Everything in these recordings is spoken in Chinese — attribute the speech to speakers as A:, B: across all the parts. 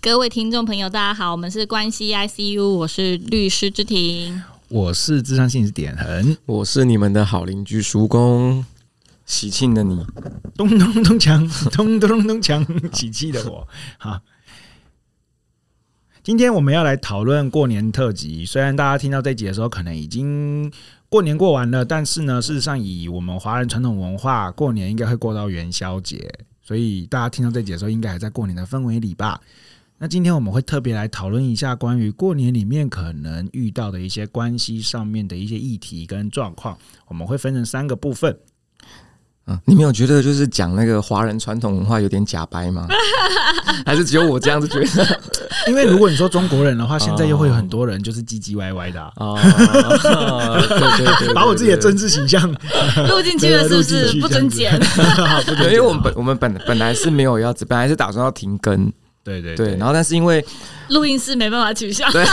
A: 各位听众朋友，大家好，我们是关系 ICU，我是律师之庭。
B: 我是智商心理师点恒，
C: 我是你们的好邻居叔公，喜庆的你，
B: 咚咚咚锵， 咚咚咚锵，喜气的我。 好，今天我们要来讨论过年特辑。虽然大家听到这集的时候，可能已经过年过完了，但是呢，事实上以我们华人传统文化，过年应该会过到元宵节，所以大家听到这集的时候，应该还在过年的氛围里吧。那今天我们会特别来讨论一下关于过年里面可能遇到的一些关系上面的一些议题跟状况，我们会分成三个部分。
C: 嗯，你没有觉得就是讲那个华人传统文化有点假 掰吗？还是只有我这样子觉得？
B: 因为如果你说中国人的话，
C: 哦
B: 现在又会有很多人就是唧唧歪歪的啊、
C: 哦，对对 对
B: 把我自己的政治
C: 真，
B: 形象
A: 录进去了是不
B: 没有录
A: 是
B: 进去
A: 不准剪？
C: 对对因为我们本我们本本来是没有要，本来是打算要停更，
B: 对对
C: 对，然后但是因为
A: 录音室没办法取消。
C: 对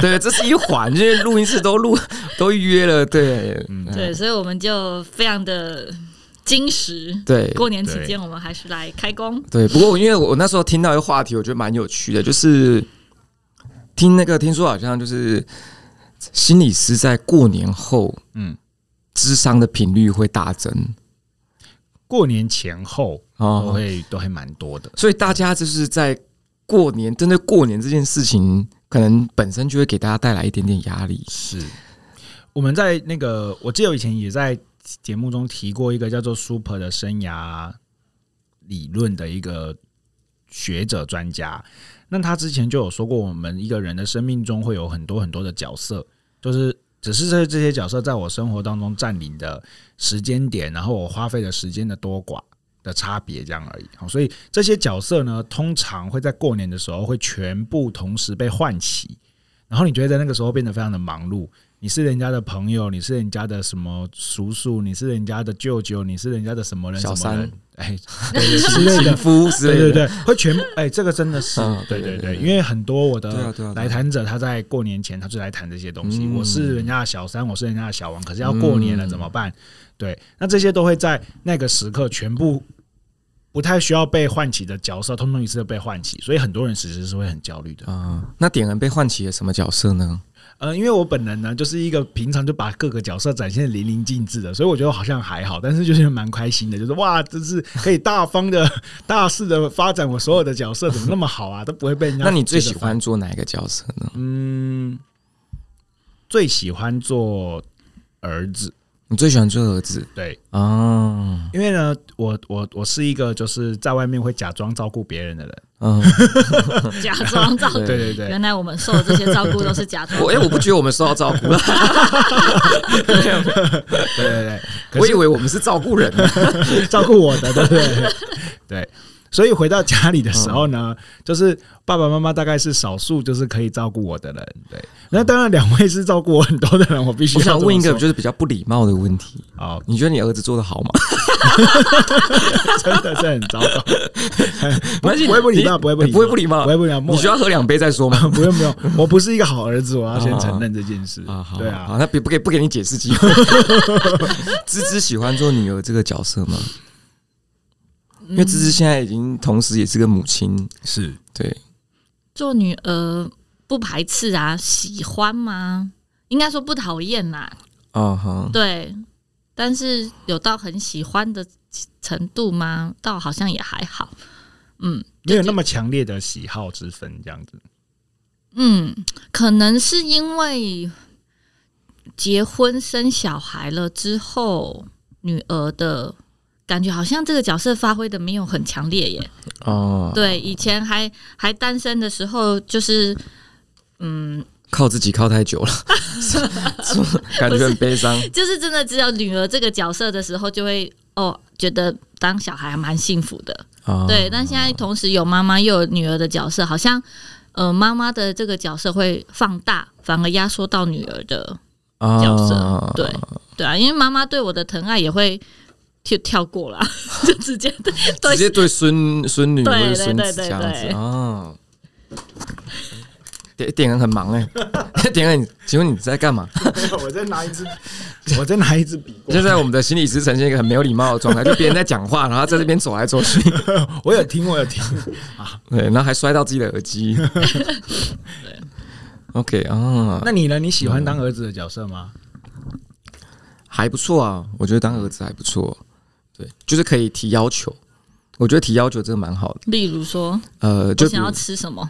C: 对，这是一环，因为录音室都录都约了，对，
B: 嗯
A: 对，所以我们就非常的矜持。
C: 对，
A: 过年期
B: 对
A: 间，我们还是来开工。
C: 对，不过因为我那时候听到一个话题，我觉得蛮有趣的，就是听那个听说好像就是心理师在过年后
B: 嗯，
C: 智商的频率会大增
B: 过年前后都
C: 哦，
B: 会都还蛮多的，
C: 所以大家就是在过年针对过年这件事情，可能本身就会给大家带来一点点压力。
B: 是。我们在那个，我记得我以前也在节目中提过一个叫做 “Super” 的生涯理论的一个学者专家。那他之前就有说过，我们一个人的生命中会有很多很多的角色，就是只是这这些角色在我生活当中占领的时间点，然后我花费的时间的多寡的差别这样而已。好，所以这些角色呢，通常会在过年的时候会全部同时被唤起，然后你就会在那个时候变得非常的忙碌。你是人家的朋友，你是人家的什么叔叔，你是人家的舅舅，你是人家的什么人
C: 小
B: 什么人
C: 三，
B: 哎，对之类的
C: 情，夫之
B: 对
C: 类
B: 对
C: 的，
B: 对，会全部哎、这个真的是、
C: 嗯
B: 对对
C: 对
B: 对，
C: 对
B: 因为很多我
C: 对啊
B: 的
C: 对啊对啊
B: 来谈者，他在过年前他就来谈这些东西。
C: 嗯
B: 我是人家的小三，我是人家的小王，可是要过年了
C: 嗯
B: 怎么办？对，那这些都会在那个时刻全部不太需要被唤起的角色，通通一次都被唤起，所以很多人其实是会很焦虑的。
C: 啊、那点人被唤起了什么角色呢？
B: 呃，因为我本人呢，就是一个平常就把各个角色展现的淋漓尽致的，所以我觉得好像还好，但是就是蛮开心的，就是哇，这是可以大方的、大肆的发展我所有的角色，怎么那么好啊，都不会被人家。
C: 那你最喜？欢做哪一个角色呢？
B: 嗯，最喜欢做儿子，
C: 你最喜欢做儿子
B: 对，
C: 啊、哦？
B: 因为呢，我我我是一个就是在外面会假装照顾别人的人，
C: 嗯，
A: 假装照顾。
B: 对对对，
A: 原来我们受的这些照顾都是假装
C: 我。哎、我不觉得我们受到照顾，
B: 对对对。可
C: 我
B: 是
C: 以为我们是照顾人呢。
B: 照顾我的，对不对？ 嗯对，所以回到家里的时候呢，就是爸爸妈妈大概是少数就是可以照顾我的人，对。那当然，两位是照顾我很多的人，嗯我必须
C: 我
B: 要
C: 想
B: 这么
C: 问一个
B: 说
C: 就是比较不礼貌的问题，
B: 哦，
C: 你觉得你儿子做的好吗？
B: 真的是很糟糕，
C: 不
B: 不会不礼貌，不会不礼
C: 不会不礼貌
B: 不，会不礼貌，
C: 你需要喝两杯再 说吗？
B: 不用不用，我不是一个好儿子，我要先承认这件事
C: 啊，好，。
B: 对
C: 好
B: 啊，
C: 好那别不给不给你解释 机会。芝芝喜欢做女儿这个角色吗？因为芝芝现在已经同时也是个母亲，
B: 是
C: 对，
A: 做女儿不排斥啊，喜欢吗？应该说不讨厌啦，
C: 啊哈，
A: 对。但是有到很喜欢的程度吗？倒好像也还好。嗯，
B: 没有那么强烈的喜好之分，这样子。
A: 嗯，可能是因为结婚生小孩了之后，女儿的感觉好像这个角色发挥的没有很强烈耶。
C: 哦，
A: 对，以前还还单身的时候，就是 嗯，
C: 靠自己靠太 久了，是是感觉很悲伤。
A: 就是真的只有女儿这个角色的时候，就会哦觉得当小孩还蛮幸福的。
C: 啊
A: 对，但现在同时有妈妈又有女儿的角色，好像呃妈妈的这个角色会放大，反而压缩到女儿的角色。
C: 啊
A: 对对啊，因为妈妈对我的疼爱也会跳跳过啦， 就直 接对
C: 直
A: 对
C: 接对孙孙女或
A: 对
C: 者孙
A: 对
C: 子哦
A: 对
C: 这样
A: 对
C: 子啊。点点人很忙哎、 点哥，你请问你在干嘛？
B: 我再拿一支，我再拿一支笔。
C: 现在我们的心理师呈现一个很没有礼貌的状态，就别人在讲话，然后在这边走来走 去，
B: 我有听，我有 听。
C: 对，然后还摔到自己的耳机。OK 啊，
B: 那你呢？你喜欢当儿子的角色吗？
C: 还不错啊，我觉得当儿子还不错。对，就是可以提要求，我觉得提要求真的蛮好的。
A: 例如说，
C: 呃，
A: 我
C: 就比
A: 想
C: 如
A: 要吃什么，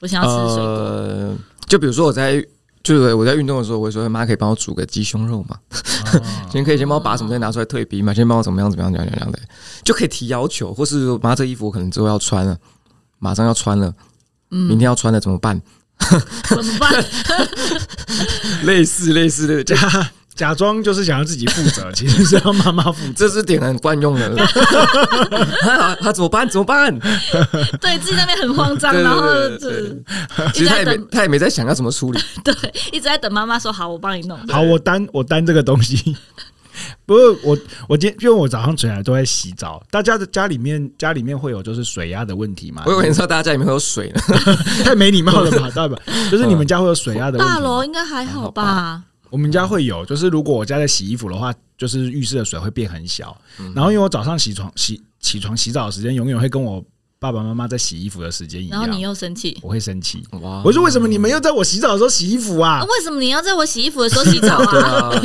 A: 我想要吃水果，
C: 呃，就比如说我在。就是我在运动的时候，我会说妈可以帮我煮个鸡胸肉嘛？
B: 哦
C: 先可以先帮我把什么东西拿出来退冰嘛？先帮我怎么样怎么样怎么样怎么样的，就可以提要求，或是说妈这衣服我可能之后要穿了，马上要穿了，
A: 嗯
C: 明天要穿了怎么办？
A: 怎么 办？
C: 类似类似的，这
B: 假假装就是想要自己负责，其实是要妈妈负责。
C: 这是点很惯用的。 他他怎么办？怎么办？
A: 对自己在那边很慌张，
C: 对对
A: 然后
C: 对
A: 就
C: 对
A: 是
C: 其实他也没他也没在想要怎么处理，
A: 对，一直在等妈妈说好，我帮你弄。
B: 好，我担我担这个东西。 不是我，我今天因为我早上起来都在洗澡，大家的家里面家里面会有就是水压的问题嘛
C: 我？以为你知道大家家里面会有水呢。
B: 太没礼貌了 吧，大吧？就是你们家会有水压的问
A: 大
B: 题吗？
A: 楼应该还好吧？
B: 我们家会有，就是如果我家在洗衣服的话，就是浴室的水会变很小。
C: 嗯
B: 然后因为我早上起床洗起床洗澡的时间永远会跟我爸爸妈妈在洗衣服的时间一
A: 然后你
B: 样，
A: 又生气。
B: 我会生气。
C: 哇
B: 我说为什么你们又在我洗澡的时候洗衣服啊
A: 啊、？为什么你要在我洗衣服的时候洗澡
C: 对
A: 啊？
C: 啊，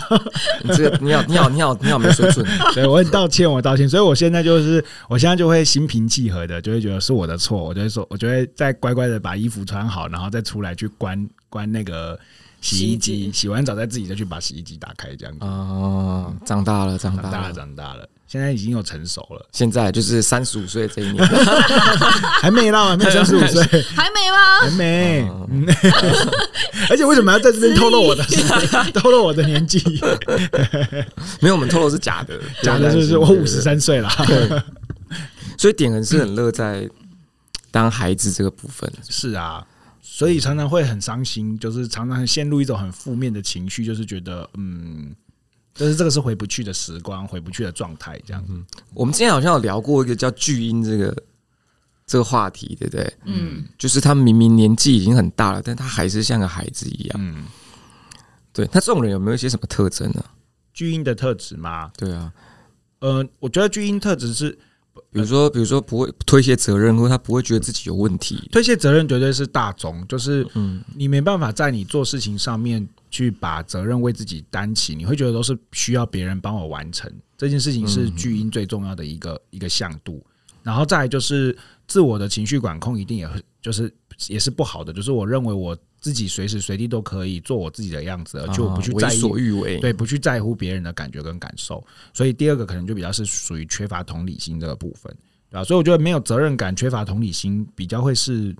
C: 你这个你好你好你好你好没水准，
B: 对，我很道歉，我道歉。所以我现在就是，我现在就会心平气和的，就会觉得是我的错，我就会说，我就会再乖乖的把衣服穿好，然后再出来去关关那个洗衣
A: 洗衣
B: 机，
A: 机
B: 洗完澡再自己再去把洗衣机打开，这样子。
C: 啊，长大了，长
B: 长大
C: 大
B: 了，
C: 了。
B: 长大了，现在已经有成熟了，
C: 现在就是三十五岁这一年，
B: 还没啦，还没三十五岁，
A: 还没吗？
B: 还没。嗯 而且为什么要在这边透露我的透露我的年纪？
C: 没有我们透露是假的，
B: 假的是不是？我
C: 对
B: 五十。三岁了。
C: 对对所以点人是很乐在当孩子这个部分，
B: 是啊，所以常常会很伤心，就是常常陷入一种很负面的情绪，就是觉得嗯，就是这个是回不去的时光，回不去的状态，这样。
C: 我们之前好像有聊过一个叫巨婴这个这个话题，对不对？
A: 嗯，
C: 就是他明明年纪已经很大了，但他还是像个孩子一样。
B: 嗯，
C: 对他这种人有没有一些什么特征呢、
B: 巨婴的特质嘛，
C: 对啊，
B: 呃，我觉得巨婴特质是
C: 比如说，比如说不会推卸责任，或者他不会觉得自己有问题。
B: 推卸责任，绝对是大宗，就是
C: 嗯，
B: 你没办法在你做事情上面去把责任为自己担起，你会觉得都是需要别人帮我完成这件事情，是巨婴最重要的一个
C: 嗯
B: 一个向度。然后再来就是自我的情绪管控，一定也会就是也是不好的，就是我认为我自己随时随地都可以做我自己的样子，而且我不去
C: 啊
B: 在
C: 为
B: 意
C: 所欲为。
B: 对，不去在乎别人的感觉跟感受。所以第二个可能就比较是属于缺乏同理心这个部分，对吧、所以我觉得没有责任感、缺乏同理心，比较会是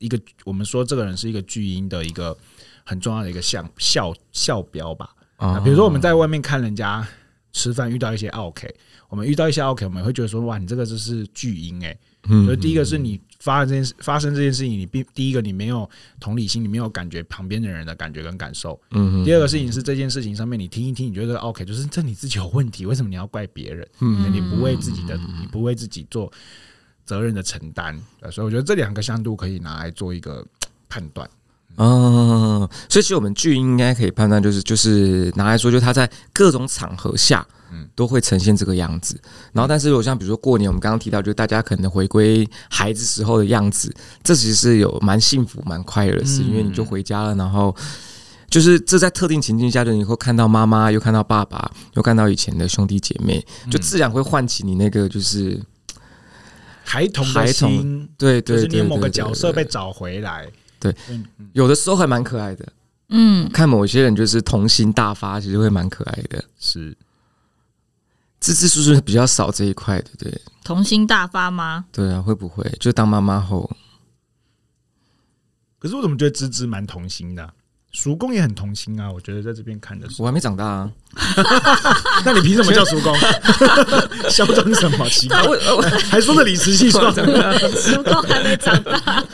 B: 一个我们说这个人是一个巨婴的一个很重要的一个项效效标吧。啊，
C: 啊
B: 比如说我们在外面看人家吃饭遇到一些 OK，我们遇到一些 OK，我们会觉得说哇，你这个就是巨婴哎、
C: 嗯
B: 所以第一个是你发生这件事，发生这件事情，你并第一个你没有同理心，你没有感觉旁边的人的感觉跟感受。
C: 嗯
B: 第二个事情是这件事情上面，你听一听，你觉得 OK，就是这你自己有问题，为什么你要怪别人？
C: 嗯
B: 你不为自己的，你不为自己做责任的承担。对所以我觉得这两个向度可以拿来做一个判断。
C: 啊，所以其实我们巨婴应该可以判断，就是就是拿来说，就是他在各种场合下，嗯，都会呈现这个样子。然后，
B: 嗯
C: 但是如果像比如说过年，我们刚刚提到，就是大家可能回归孩子时候的样子，这其实是有蛮幸福、蛮快乐的事，
B: 嗯
C: 因为你就回家了，然后。就是这在特定情境下，就你会看到妈妈，又看到爸爸，又看到以前的兄弟姐妹，
B: 嗯
C: 就自然会唤起你那个就是
B: 孩童的
C: 孩童
B: 心，
C: 对
B: 就
C: 对
B: 是
C: 对
B: 你某个
C: 对对
B: 角色
C: 对
B: 被找回来。
C: 对有的时候还蛮可爱的。
A: 嗯，
C: 看某些人就是童心大发，其实会蛮可爱的。
B: 是
C: 芝芝叔叔比较少这一块，对不对？
A: 童心大发吗？
C: 对啊，会不会就当妈妈后，
B: 可是我怎么觉得芝芝蛮童心的啊、叔公也很童心啊。我觉得在这边看的时候，
C: 我还没长大啊？
B: 那你凭什么叫叔公？嚣张什么？奇怪，
C: 我我
B: 还说的理直气 壮。
A: 叔公还没长大，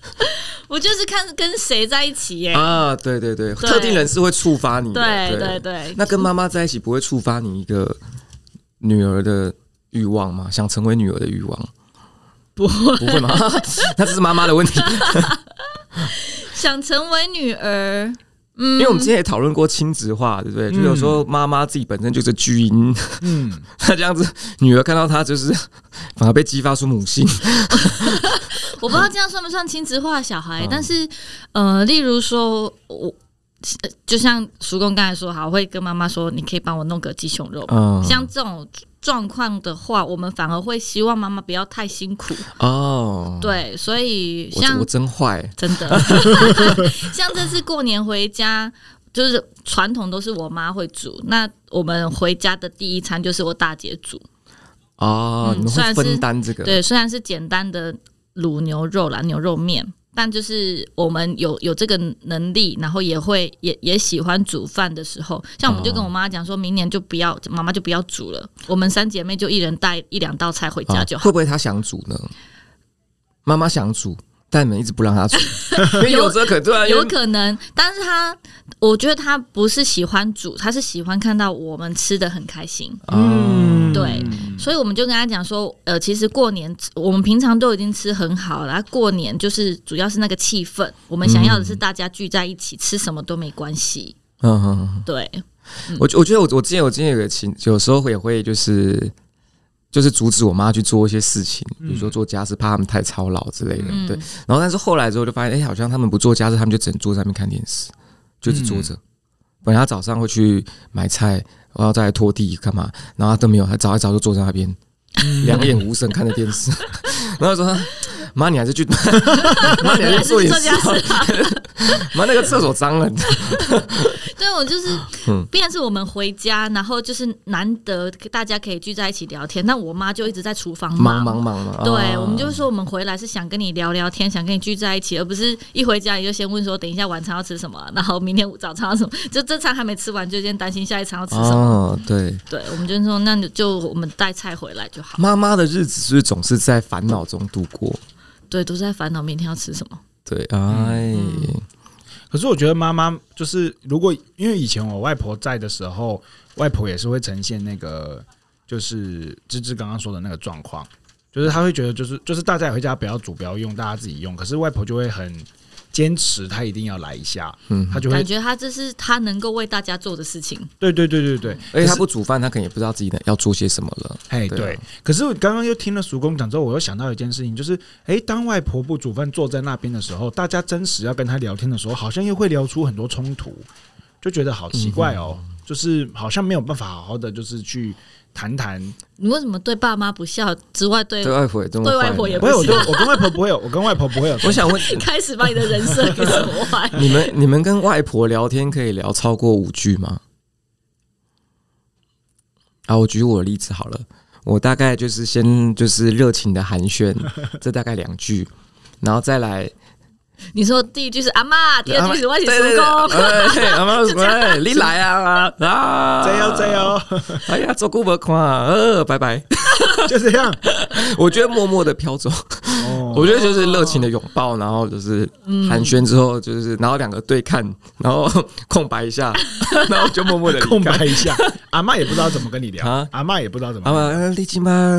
A: 我就是看跟谁在一起耶、
C: 啊，对对对，
A: 对
C: 特定人是会触发你的，
A: 对对对，
C: 嗯那跟妈妈在一起不会触发你一个女儿的欲望吗？想成为女儿的欲望？
A: 不会 嗯
C: 不会吗？那这是妈妈的问题。
A: 想成为女儿，嗯，
C: 因为我们之前也讨论过亲子化，对不对？就有时候妈妈自己本身就是巨婴，
B: 嗯，
C: 她这样子，女儿看到她就是反而被激发出母性。
A: 我不知道这样算不算亲子化小
C: 嗯
A: 孩，但是呃，例如说我。呃就像叔公刚才说，好，我会跟妈妈说，你可以帮我弄个鸡胸肉吗。
C: 嗯，
A: 像这种状况的话，我们反而会希望妈妈不要太辛苦。
C: 哦，
A: 对，所以
C: 我真
A: 像
C: 我真坏，
A: 真 的，像这次过年回家，就是传统都是我妈会煮。那我们回家的第一餐就是我大姐煮。
C: 哦，
A: 嗯
C: 你们
A: 虽
C: 会
A: 然是
C: 分担这个，啊
A: 对，虽然是简单的卤牛肉啦、牛肉面，但就是我们有有这个能力，然后也会也也喜欢煮饭的时候，像我们就
C: 哦
A: 跟我妈讲，说明年就不要，妈妈就不要煮了，我们三姐妹就一人带一两道菜回
C: 啊
A: 家就好。
C: 会不会她想煮呢？妈妈想煮，但你们一直不让 她煮，因为有则可突然
A: 有可能，但是她，我觉得她不是喜欢煮，她是喜欢看到我们吃的很开心。
C: 嗯，
A: 对，所以我们就跟他讲说，呃，其实过年我们平常都已经吃很好了，过年就是主要是那个气氛，我们想要的是大家聚在一起，吃什么都没关系。
C: 嗯嗯嗯。
A: 对，
C: 我我觉得我我之前我之前有个情，有时候也会就是就是阻止我妈去做一些事情，比如说做家事，怕他们太操劳之类的。
A: 嗯
C: 对，然后但是后来之后就发现，哎、好像他们不做家事，他们就只能坐在那边看电视，就只坐着。本来她早上会去买菜，然后再来拖地干嘛，然后她都没有，她早一早就坐在那边。两眼无神看着电视， 然后说：“妈，你还是去， 妈，你还是做点事好了。 妈，那个厕所脏了。
A: 对我就是，
C: 嗯
A: 毕竟是我们回家，然后就是难得大家可以聚在一起聊天，那我妈就一直在厨房
C: 忙忙忙忙。
A: 对，
C: 哦
A: 我们就说我们回来是想跟你聊聊天，想跟你聚在一起，而不是一回家你就先问说等一下晚餐要吃什么，然后明天早餐要什么，就这餐还没吃完就先担心下一餐要吃什么。
C: 哦，对，
A: 对，我们就说，那你就我们带菜回来就好。
C: 妈妈的日子是不是总是在烦恼中度过？
A: 对，都是在烦恼明天要吃什么。
C: 对，哎，
B: 可是我觉得妈妈就是，如果因为以前我外婆在的时候，外婆也是会呈现那个，就是芝芝刚刚说的那个状况，就是她会觉得就是就是大家也回家不要煮不要用，大家自己用。可是外婆就会很坚持，她一定要来一下，
C: 嗯
B: 嗯，她就会
A: 感觉他这是他能够为大家做的事情。
B: 对对对对对，
C: 而且她不煮饭，她可能也不知道自己的要做些什么了。
B: 哎
C: 对啊
B: 对。可是我刚刚又听了叔公讲之后，我又想到一件事情，就是哎，当外婆不煮饭坐在那边的时候，大家真实要跟她聊天的时候，好像又会聊出很多冲突，就觉得好奇怪哦，
C: 嗯
B: 就是好像没有办法好好的就是去谈 谈。
A: 你为什么对爸妈不孝之外，对
C: 对啊外婆也这么
A: 对
C: 坏
A: 外婆
C: 呢
A: 也
B: 不
A: 不
B: 会，
A: 是
B: 我跟我跟外婆不会有，我跟外婆不会有。
C: 我想问？
A: 开始把你的人设给破坏
C: 你们，你们跟外婆聊天可以聊超过五句吗？啊，我举我的例子好了，我大概就是先就是热情的寒暄，这大概两句，然后再来
A: 你说第一句是阿妈，第二句是外请
C: 对对
A: 叔
C: 对
A: 公，
C: 哎，阿妈叔公，你来啊啊！
B: 加油加！油！
C: 哎呀，做顾不看，呃，拜拜。
B: 就这样。
C: 我觉得默默的飘走，
B: 哦，
C: 我觉得就是热情的拥抱，然后就是寒暄之后，就是然后两个对看，然后空白 一下，然后就默默的
B: 空白一下，阿妈也不知道怎么跟你
C: 啊
B: 聊，阿妈也不知道怎么
C: 阿
B: 跟你聊。
C: 妈，你今妈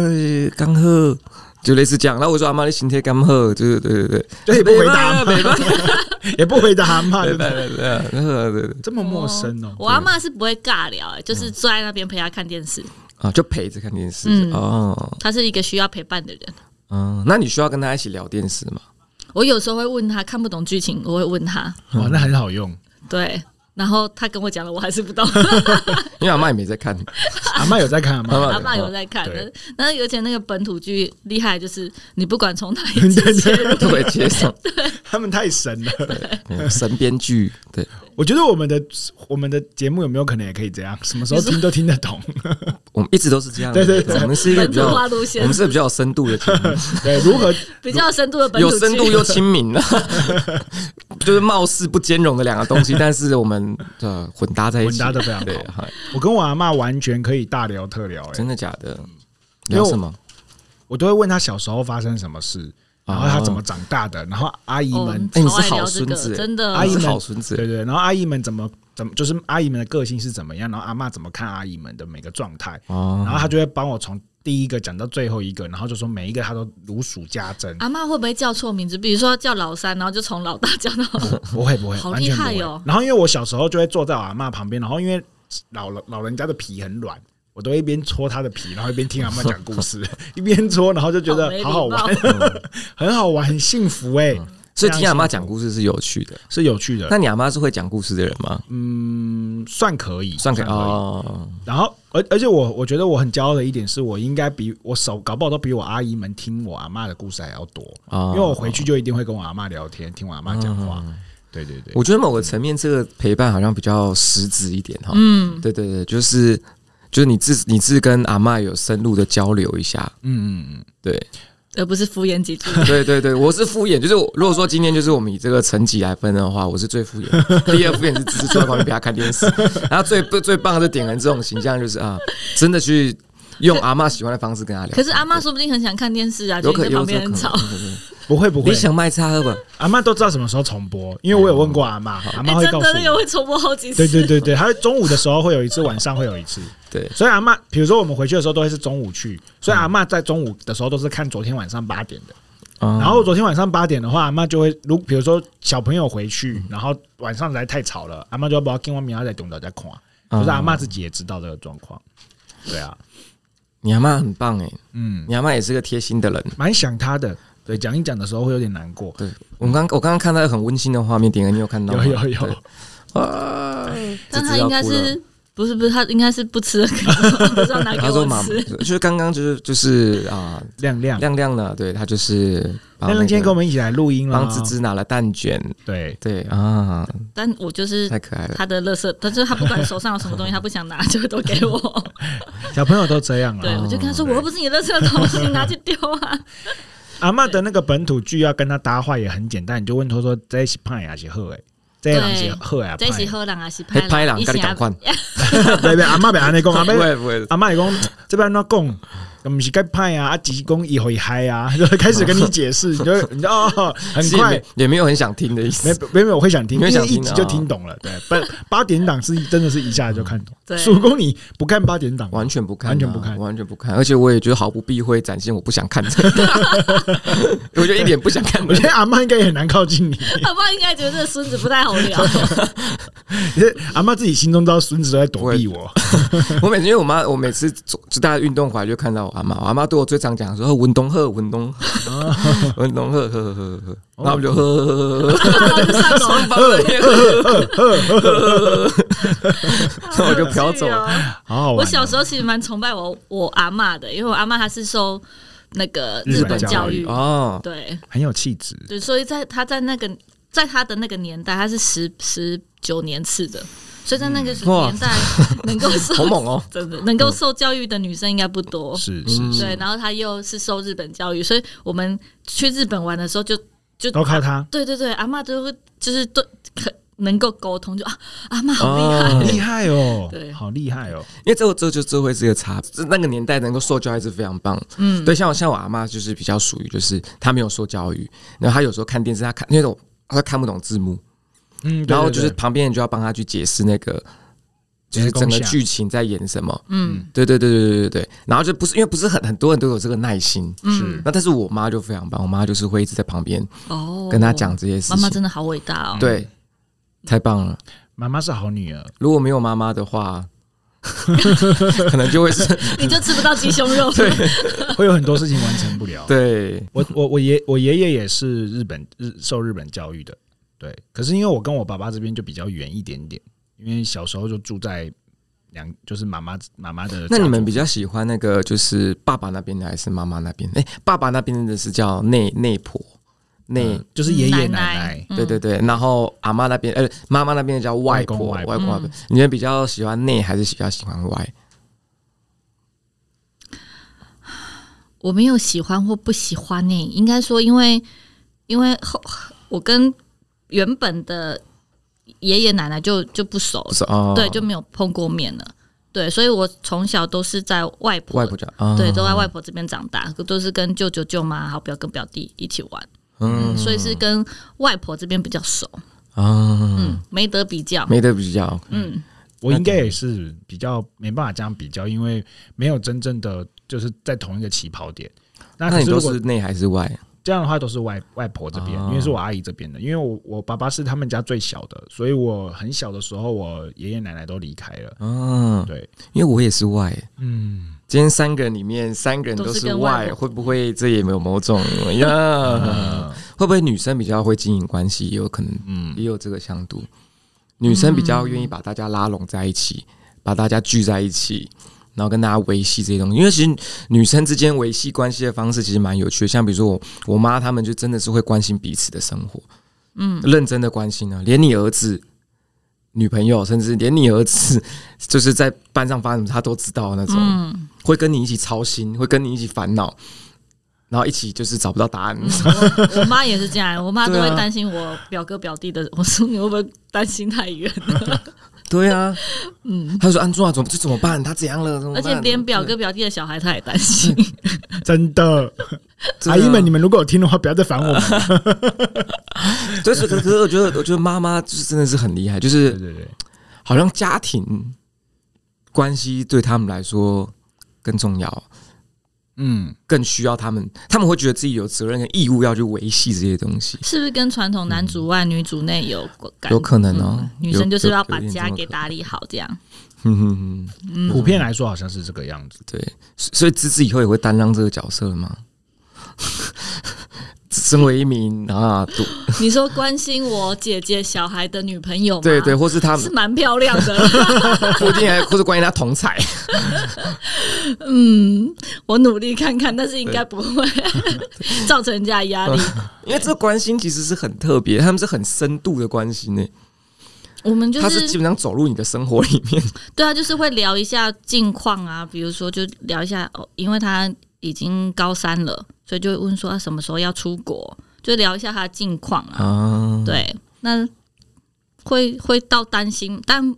C: 刚喝，就类似这样。然后我说阿妈，你今天刚喝，就是对对对，
B: 对，也不回答阿
C: 没办法，
B: 嬷， 也不回答阿妈，对
C: 没
B: 不对
C: 办法，没办法对对对对
B: 这么陌生哦。
A: 我阿妈是不会尬聊、欸，就是坐在那边陪她看电视。
C: 啊，就陪着看电视
A: 嗯
C: 哦，
A: 她是一个需要陪伴的人。
C: 嗯，那你需要跟他一起聊电视吗？
A: 我有时候会问她看不懂剧情，我会问她，
B: 哇，那很好用。
A: 对，然后她跟我讲了，我还是不懂。
C: 因为阿妈也没在看，
B: 阿妈有在看阿
C: 阿
B: 妈，
C: 妈
A: 阿爸有在看
B: 对
A: 的，那而且那个本土剧厉害，就是你不管从哪 一集切入，
C: 对 接上
B: 他们太神了。
C: 嗯神编剧，对，
B: 我觉得我们的我们的节目有没有可能也可以这样？什么时候听都听得 懂。
C: 我们一直都是这样的，
B: 对对对
C: 我们是一个
A: 本
C: 比
A: 土
C: 较，
A: 化路
C: 我
A: 线
C: 们，是比较有深度的节目，
B: 对，如何
A: 比较深度的本土
C: 有
A: 剧，
C: 深度又亲 民了，就是貌似不兼容的两个东西，但是我们呃混搭在一
B: 混
C: 起，
B: 搭的非常
C: 对
B: 好？
C: 嗨
B: 我跟我阿妈完全可以大聊特聊、欸，
C: 真的假的？
B: 因为
C: 聊
B: 我
C: 什么？
B: 我都会问她小时候发生什么事，然后她怎么长大的，然后阿姨
A: 哦
B: 们，
C: 哎你
A: 超
C: 是
A: 爱
C: 好
A: 聊这
C: 孙
A: 个，
C: 子哎
A: 真
B: 阿
A: 的
B: 姨
C: 是
B: 们
C: 好孙子欸
B: 对对，然后阿姨们怎么怎么，就是阿姨们的个性是怎么样，然后阿妈怎么看阿姨们的每个状态，
C: 哦
B: 然后她就会帮我从第一个讲到最后一个，然后就说每一个他都如数家珍，
A: 阿妈会不会叫错名字？比如说叫老三，然后就从老大 叫到
B: 不会不会，
A: 好
B: 完全
A: 厉
B: 不
A: 害
B: 会
A: 哦
B: 然后因为我小时候就会坐在我阿嬷旁边，然后因为老了老人家的皮很软。我都一边搓她的皮，然后一边听阿嬷讲故 事，一边搓，然后就觉
A: 好没
B: 得
A: 礼
B: 好好玩
A: 貌，嗯
B: 很好玩，很幸福哎、
C: 所以听阿妈讲故事是有趣的。
B: 是有趣的。
C: 那你阿妈是会讲故事的人吗？
B: 嗯，算可以，
C: 算可以
B: 以。
C: 哦，
B: 然后，而而且我我觉得我很骄傲的一点是我应该比我手搞不好都比我阿姨们听我阿妈的故事还要多，
C: 哦
B: 因
C: 嗯
B: 为我回去就一定会跟我阿妈聊天，听我阿妈讲话。对对对，
C: 我觉得某个层面，这个陪伴好像比较实质一点哈。
A: 嗯，
C: 对对对，就是就是你自你自跟阿嬷有深入的交流一下。
B: 嗯嗯嗯，
C: 对
A: 而不是敷衍几句。
C: 对对对，我是敷衍，就是我如果说今天就是我们以这个层级来分的话，我是最敷衍的， 第二敷衍是只是坐在旁边陪她看电视，然后最最棒的是点人这种形象就是啊，真的去用阿嬷喜欢的方式跟她聊。
A: 可是阿妈说不定很想看电视啊，
C: 有
A: 就
C: 可
A: 跟
C: 有
A: 旁
C: 可
A: 边
C: 能
A: 很吵。
C: 对对对
B: 不会不会
C: 你，想卖差喝吧？
B: 阿妈都知道什么时候重播，因为我有问过阿妈，阿妈
A: 哎、
B: 会
A: 真
B: 告诉
A: 的那个
B: 我。
A: 会重播好几次。
B: 对对对对，她会中午的时候会有一次，晚上会有一次。
C: 对，
B: 所以阿妈，比如说我们回去的时候都会是中午去，所以阿妈在中午的时候都是看昨天晚上八点的。
A: 嗯
C: 然
B: 然后昨天晚上八点的话，阿妈就会，如比如说小朋友回去，然后晚上实在太吵了，阿妈就要把我今晚明仔再等到再看。
A: 嗯
B: 可是阿妈自己也知道这个状况，对啊，
C: 你阿妈很棒哎，
B: 嗯，
C: 你阿妈也是个贴心的人。
B: 蛮想他的。对，讲一讲的时候会有点难过，
C: 对我刚我刚刚看到一个很温馨的画面，点哥你有看到
B: 有
C: 吗？
B: 有有，
C: 啊！
A: 但
C: 这
A: 他
C: 只要
A: 应该
C: 哭了
A: 是不是不是他应该是不吃了，不知道拿给
C: 他说
A: 我
C: 妈妈
A: 吃。
C: 就是刚刚就是就是啊
B: 亮亮，亮
C: 亮亮呢，对他就是把
B: 亮今天
C: 那
B: 跟我
C: 个
B: 们一起来录音了
C: 帮
B: 哦，
C: 芝芝拿了蛋卷，
B: 对，
C: 对啊，
A: 但我就是
C: 太可爱了。
A: 他的垃圾，他就是他不管手上有什么东西，他不想拿就都给我。
B: 小朋友都这样
A: 对，
B: 了。
A: 我就跟他说，我又不是你垃圾的东西，你拿去丢啊。
B: 阿妈的那个本土剧要跟他搭话也很简单，你就问他说在一起胖呀，是喝哎，在一起喝呀，
A: 在一起
B: 胖
A: 喝人还是
C: 嘿
A: 拍哎
C: 拍狼，赶
A: 起
C: 紧赶 快！
B: 的，对对，阿妈别安尼讲，阿
C: 不
B: 妈
C: 会不会，
B: 阿妈也讲这边怎讲，毋是该派啊，啊只是讲以后会嗨啊，就开始跟你解释，你就你就哦，很
C: 其实也
B: 快
C: 没，也没有很想听的意
B: 没
C: 思。
B: 没没，我会想听，
C: 你会
B: 因为
C: 想听
B: 一集
C: 啊
B: 就听懂了，对，八八点档是真的是一下就看懂，
A: 对
B: 曙光你不看八点档吗，
C: 完全不看啊，
B: 完全不看
C: 完全不看，而且我也觉得毫不避讳展现我不想 看的，我就一点不想看
B: 我
C: 的
B: 觉。得阿妈应该也很难靠近你，
A: 阿妈应该觉得这个孙子不太好聊，
B: 因为阿妈自己心中知道孙子都在躲避我，
C: 我每次因为我妈，我每次做就大家运动回来就看到我阿妈，我阿妈对我最常讲说哦文东鹤，文东
B: 哦
C: 鹤，文东鹤，呵呵呵呵，然后我们就呵呵呵呵呵呵，双 方的那个然后我就飘走了。
B: 好好玩哦。
A: 我小时候其实蛮崇拜我我阿嬷的，因为我阿嬷她是受那个日本教
B: 日
A: 育，
C: 哦，
A: 对
B: 很有气质，
A: 对，所以在她在那个在她的那个年代，她是十十九年次的，所以在那个
C: 嗯哇
A: 年代能够受
C: 好猛哦！
A: 真的能够受教育的女生应该不多，
B: 是
C: 嗯
B: 是是，
A: 对，然后她又是受日本教育，所以我们去日本玩的时候就就啊
B: 都靠他，
A: 对对对，阿嬷都会就是对可能够沟通，就啊阿嬷好厉害。
C: 哦，
B: 厉害哦
A: 对，
B: 好厉害哦，
C: 因为这这就这会是一个差，这那个年代能够受教育是非常棒。嗯，对，像我像我阿妈就是比较属于就是她没有受教育，然后她有时候看电视，她看那种她看不懂字幕，
B: 嗯，对
C: 然后
B: 对
C: 就是
B: 对
C: 旁边人就要帮他去解释那个，就是整个剧情在演什么。
A: 嗯，
C: 对对对对对对对。然后就不是因为不是很很多人都有这个耐心，
B: 是
C: 那但是我妈就非常棒，我妈就是会一直在旁边
A: 哦，
C: 嗯跟他讲这些事
A: 妈妈
C: 情。
A: 真的好伟大哦。
C: 对，太棒了！
B: 妈妈是好女儿，
C: 如果没有妈妈的话， 可能就会是。
A: 你就吃不到鸡胸肉。对，
B: 会有很多事情完成不了
C: 对
B: 我我我爷我爷爷也是日本日受日本教育的，对。可是因为我跟我爸爸这边就比较远一点点，因为小时候就住在两就是妈妈妈妈的家族。
C: 那你们比较喜欢那个就是爸爸那边的还是妈妈那边？哎、爸爸那边的是叫内内婆内。
B: 嗯就是爷爷奶
A: 奶
B: 奶，
C: 对对对，然后阿妈那边，呃，妈妈那边叫外婆，
B: 外
C: 外
B: 公
C: 婆那边，
A: 嗯
C: 你们比较喜欢内还是比较喜欢外？
A: 我没有喜欢或不喜欢呢、应该说因为因为后我跟原本的爷爷奶奶就就不熟
C: 不，是哦，
A: 对，就没有碰过面了。对，所以我从小都是在外婆，
C: 外婆叫，哦
A: 对，都在外婆这边长大，都是跟舅舅、舅妈、好表哥、表弟一起玩，
C: 嗯
A: 所以是跟外婆这边比较熟，
C: 啊，
A: 嗯，没得比较，
C: 没得比较，
A: 嗯，
B: 我应该也是比较没办法这样比较，因为没有真正的就是在同一个起跑点。那
C: 那
B: 可
C: 你
B: 是
C: 都
B: 如果
C: 是内还是外？
B: 这样的话都是外外婆这边，
C: 哦
B: 因为是我阿姨这边的，因为我我爸爸是他们家最小的，所以我很小的时候，我爷爷奶奶都离开了。
C: 嗯、
B: 对，
C: 因为我也是外。
B: 嗯，
C: 今天三个人里面，三个人都
A: 都是
C: 是
A: 跟外
C: 外，
A: 国
C: 会不会这也没有 某种呀？会不会女生比较会经营关系，也有可能，
B: 嗯
C: 也有这个相度。女生比较愿意把大家拉拢在一起，把大家聚在一起，然后跟大家维系这些东西。因为其实女生之间维系关系的方式其实蛮有趣的，像比如说我我妈他们就真的是会关心彼此的生活，
A: 嗯，
C: 认真的关心啊，连你儿子、女朋友，甚至连你儿子就是在班上发生什么，他都知道的那种，
A: 嗯，
C: 会跟你一起操心，会跟你一起烦恼，然后一起就是找不到答案。
A: 嗯我我妈也是这样，我妈都会
C: 对啊
A: 担心我表哥表弟的，我说你会不会担心太远？
C: 对啊，
A: 嗯，
C: 他就说安住啊，怎么这怎么办？他怎样了？怎么
A: 而
C: 办
A: 且连表哥表弟的小孩她也担 心，
B: 真的，
C: 对啊
B: 阿姨们，你们如果有听的话，不要再烦我们。
C: 对，所以可可是我觉得，我觉得妈妈就是真的是很厉害，
B: 对
C: 就是
B: 对对，
C: 好像家庭关系对他们来说更重要，
B: 嗯，
C: 更需要他们，他们会觉得自己有责任跟义务要去维系这些东西。
A: 是不是跟传统男主外女主内有感？
C: 有可能哦
A: 嗯
C: 有
A: 女生就是要
C: 有
A: 把
C: 有一点
A: 家
C: 这么
A: 给
C: 可
A: 打理好，这样。
C: 嗯哼哼，
B: 普遍来说好像是这个样子。
C: 对，所所以芝芝以后也会担当这个角色吗？ 身为一名啊，独
A: 你说关心我姐姐小孩的女朋友吗？
C: 对对，，或是 他
A: 是
C: 们
A: 蛮漂亮的。
C: 不一定还，或是关于他同彩，
A: 嗯，我努力看看，但是应该不会 造成人家压 力。
C: 因为这个关心其实是很特别，他们是很深度的关心呢、
A: 我们就
C: 他
A: 是
C: 是基本上走入你的生活里面。
A: 对啊，就是会聊一下近况啊，比如说就聊一下哦，因为他已经高三了，所以就会问说啊他什么时候要出国，就聊一下他的近况啊。
C: 啊，
A: 对，那会会到担心，但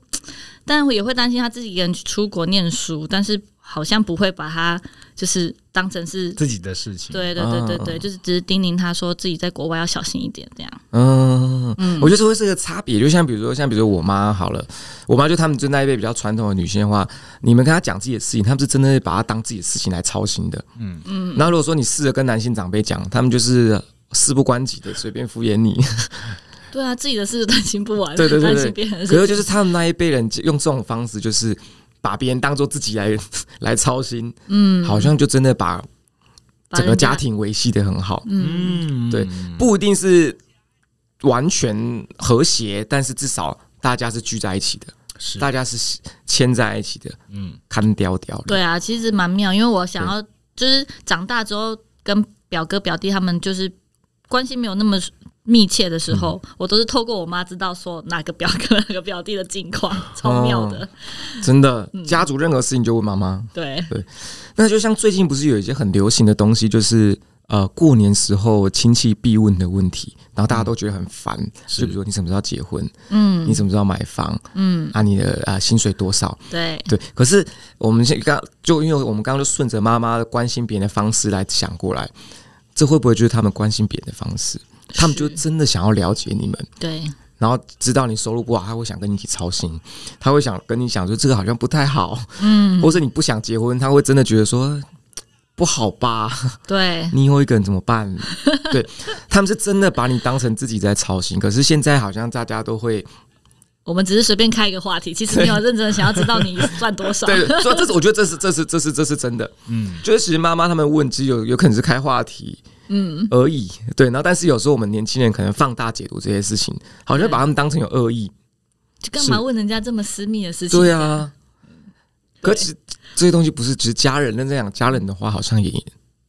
A: 但也会担心他自己一个人出国念书，但是好像不会把他就是当成是。
B: 自己的事情，
A: 对对对对
C: 啊
A: 对，就是只是叮咛他说自己在国外要小心一点，这样。
C: 嗯，
A: 嗯
C: 我觉得这会是个差别。就像比如说，像比如说我妈好了，我妈就他们就那一辈比较传统的女性的话，你们跟她讲自己的事情，他们是真的会把它当自己的事情来操心的。
B: 嗯
C: 嗯，然后如果说你试着跟男性长辈讲，他们就是。事不关己的，随便敷衍你。
A: 对啊，自己的事担心不完，
C: 对对对对
A: 担心别人的事。
C: 可是就是他们那一辈人用这种方式，就是把别人当做自己来 来操心，
A: 嗯，
C: 好像就真的把
A: 把
C: 整个
A: 人
C: 家庭维系的很好。
A: 嗯，
B: 嗯，
C: 对，不一定是完全和谐，但是至少大家是聚在一起的，
B: 是，
C: 大家是牵在一起的，
B: 嗯，
C: 看雕雕的。
A: 对啊，其实蛮妙，因为我想要就是长大之后跟表哥表弟他们就是关系没有那么密切的时候，
C: 嗯
A: 我都是透过我妈知道说哪个表哥哪个表弟的近 况，超妙的。
C: 哦真的，
A: 嗯
C: 家族任何事情就问妈妈。
A: 对，
C: 那就像最近不是有一些很流行的东西，就是。呃，过年时候亲戚必问的问题，然后大家都觉得很烦，
B: 是
C: 就比如说你什么时候要结婚，
A: 嗯
C: 你什么时候要买房，
A: 嗯，
C: 啊，你的啊、薪水多少，
A: 对，
C: 对，可是我们现刚就因为我们刚刚就顺着妈妈关心别人的方式来想过来，这会不会就是他们关心别人的方式？他们就是真的想要了解你们，
A: 对，
C: 然后知道你收入不好，他会想跟你一起操心，他会想跟你讲说这个好像不太好，
A: 嗯
C: 或是你不想结婚，他会真的觉得说。不好吧？
A: 对，
C: 你以后一个人怎么办？对他们是真的把你当成自己在操心，可是现在好像大家都会
A: 我们只是随便开一个话题，其实没有啊认真的想要知道你赚多少。
C: 对，所以这是我觉得这是这是这是这是真的，
B: 嗯，
C: 就是其实妈妈他们问，其实有有可能是开话题，嗯而已。对，然后但是有时候我们年轻人可能放大解读这些事情，好像把他们当成有恶意。
A: 就干嘛
C: 是
A: 问人家这么私密的事情？
C: 对啊，可
A: 对
C: 是这些东西不是只是家人，那这样家人的话，好像也也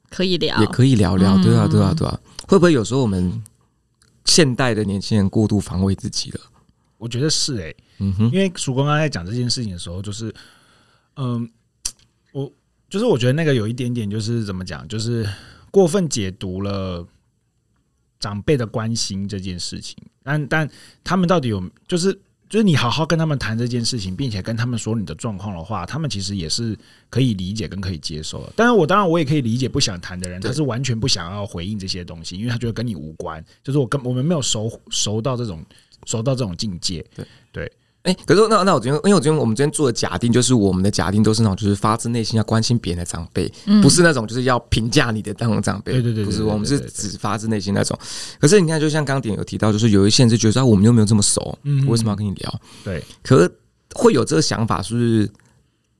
A: 可以聊，
C: 可以聊
B: 哦
C: 聊。
A: 嗯
C: 对啊，对啊，对啊。会不会有时候我们现代的年轻人过度防卫自己了？
B: 我觉得是哎、
C: 嗯哼，
B: 因为曙光刚才讲这件事情的时候，就是，嗯，我就是我觉得那个有一点点就是怎么讲，就是过分解读了长辈的关心这件事情。但但他们到底有就是就是你好好跟他们谈这件事情，并且跟他们说你的状况的话，他们其实也是可以理解跟可以接受的。当然，我当然我也可以理解不想谈的人，
C: 对
B: 他是完全不想要回应这些东西，因为他觉得跟你无关，就是我跟我们没有熟熟到这种熟到这种境界。
C: 对
B: 对，
C: 哎、可是那那我昨天，因为我昨天我们昨天做的假定就是我们的假定都是那种就是发自内心要关心别人的长辈，
A: 嗯
C: 不是那种就是要评价你的那种长辈，
B: 对对对对
C: 不是
B: 对对
C: 我们是
B: 对对
C: 只发自内心那种。可是你看，就像刚点有提到，就是有一些人是觉得说啊，我们又没有这么熟，
B: 嗯
C: 我为什么要跟你聊？
B: 对，
C: 可是会有这个想法，是不是